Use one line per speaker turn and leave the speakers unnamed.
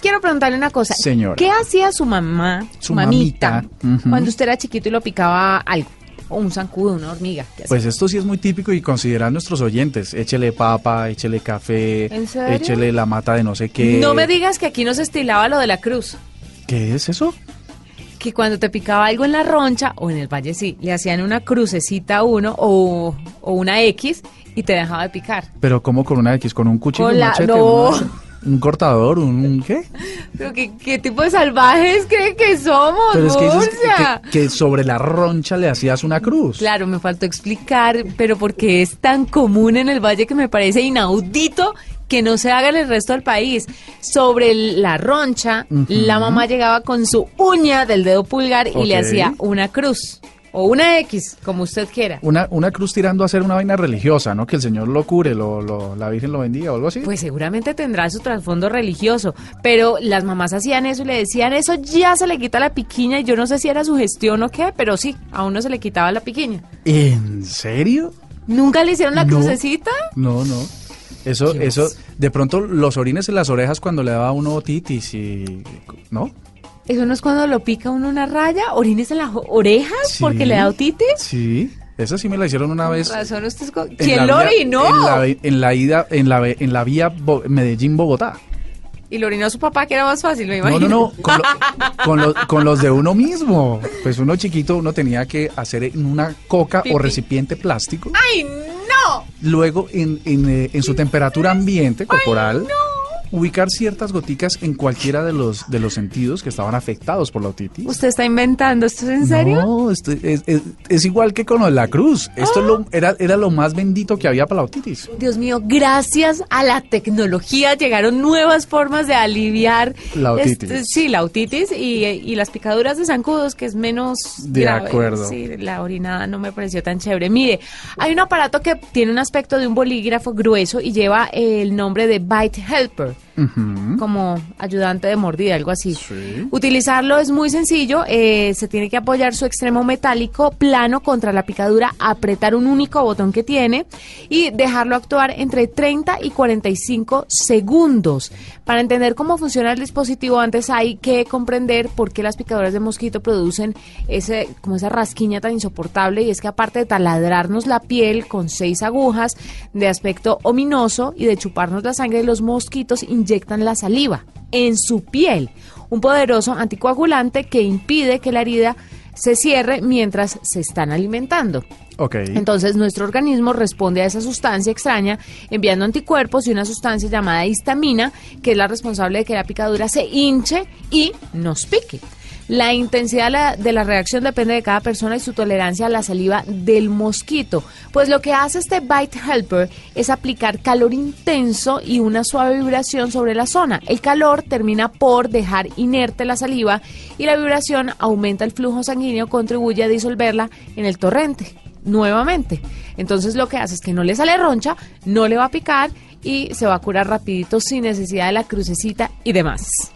quiero preguntarle una cosa.
Señora.
¿Qué hacía su mamá,
Su mamita, ujú.
cuando usted era chiquito y lo picaba algo? O un zancudo, una hormiga. ¿qué hacía?
Pues esto sí es muy típico y considerar nuestros oyentes. Échele papa, échele café,
¿En serio?
échele la mata de no sé qué.
No me digas que aquí no se estilaba lo de la cruz.
¿Qué es eso?
Que cuando te picaba algo en la roncha o en el valle sí, le hacían una crucecita a uno o, o una X y te dejaba de picar.
Pero como con una X, con un cuchillo,
Con
un
la-
machete,
no.
un, un cortador, un, un qué?
Pero ¿qué, qué tipo de salvajes creen que somos,
Pero es que dices
Murcia?
que, que sobre la roncha le hacías una cruz.
Claro, me faltó explicar, pero porque es tan común en el valle que me parece inaudito que no se haga en el resto del país. Sobre el- la roncha, la mamá llegaba con su uña del dedo pulgar y le
Ok.
hacía una cruz o una X, como usted quiera.
Una, una cruz tirando a hacer una vaina religiosa, ¿no? Que el Señor lo cure, lo, lo- la Virgen lo bendiga o algo así.
Pues seguramente tendrá su trasfondo religioso, pero las mamás hacían eso y le decían, eso ya se le quita la piquiña, y yo no sé si era su gestión o qué, pero sí, a uno se le quitaba la piquiña.
¿En serio?
¿Nunca le hicieron la
No.
crucecita?
No, no. Eso,
Dios.
eso, de pronto los orines en las orejas cuando le daba a uno otitis y... ¿No?
¿Eso no es cuando lo pica uno una raya? ¿Orines en las o- orejas
Sí.
porque le da otitis?
Sí. Esa sí me la hicieron una vez.
Razón, usted es co-
en la
¿Quién lo
vía- En
orinó?
la, en la ida, en la, en la vía Bo- Medellín-Bogotá.
Y lo orinó su papá, que era más fácil, lo
No,
imagino.
no, no, con, lo- con los- con los de uno mismo. Pues uno chiquito, uno tenía que hacer en una coca
Pipí.
o recipiente plástico.
¡Ay, no!
Luego, en, en, eh, en su temperatura ambiente corporal, ubicar ciertas goticas en cualquiera de los, de los sentidos que estaban afectados por la otitis.
¿Usted está inventando esto es en serio?
No, esto es, es- es igual que con lo de la cruz. Esto es
Ah.
lo- era, era lo más bendito que había para la otitis.
Dios mío, gracias a la tecnología llegaron nuevas formas de aliviar
La otitis.
este- sí, la otitis y, y las picaduras de zancudos, que es menos
De
grave.
acuerdo.
Sí, la orinada no me pareció tan chévere. Mire, hay un aparato que tiene un aspecto de un bolígrafo grueso y lleva el nombre de Bite Helper,
Ujú.
como ayudante de mordida, algo así.
Sí.
Utilizarlo es muy sencillo, eh, se tiene que apoyar su extremo metálico plano contra la picadura, apretar un único botón que tiene y dejarlo actuar entre 30 y 45 segundos. Para entender cómo funciona el dispositivo antes hay que comprender por qué las picaduras de mosquito producen ese, como esa rasquiña tan insoportable y es que aparte de taladrarnos la piel con seis agujas de aspecto ominoso y de chuparnos la sangre, los mosquitos inyectan la saliva en su piel un poderoso anticoagulante que impide que la herida se cierre mientras se están alimentando.
Ok.
Entonces nuestro organismo responde a esa sustancia extraña enviando anticuerpos y una sustancia llamada histamina que es la responsable de que la picadura se hinche y nos pique. La intensidad la- de la reacción depende de cada persona y su tolerancia a la saliva del mosquito. Pues lo que hace este Bite Helper es aplicar calor intenso y una suave vibración sobre la zona. El calor termina por dejar inerte la saliva y la vibración aumenta el flujo sanguíneo, contribuye a disolverla en el torrente nuevamente. Entonces lo que hace es que no le sale roncha, no le va a picar y se va a curar rapidito sin necesidad de la crucecita y demás.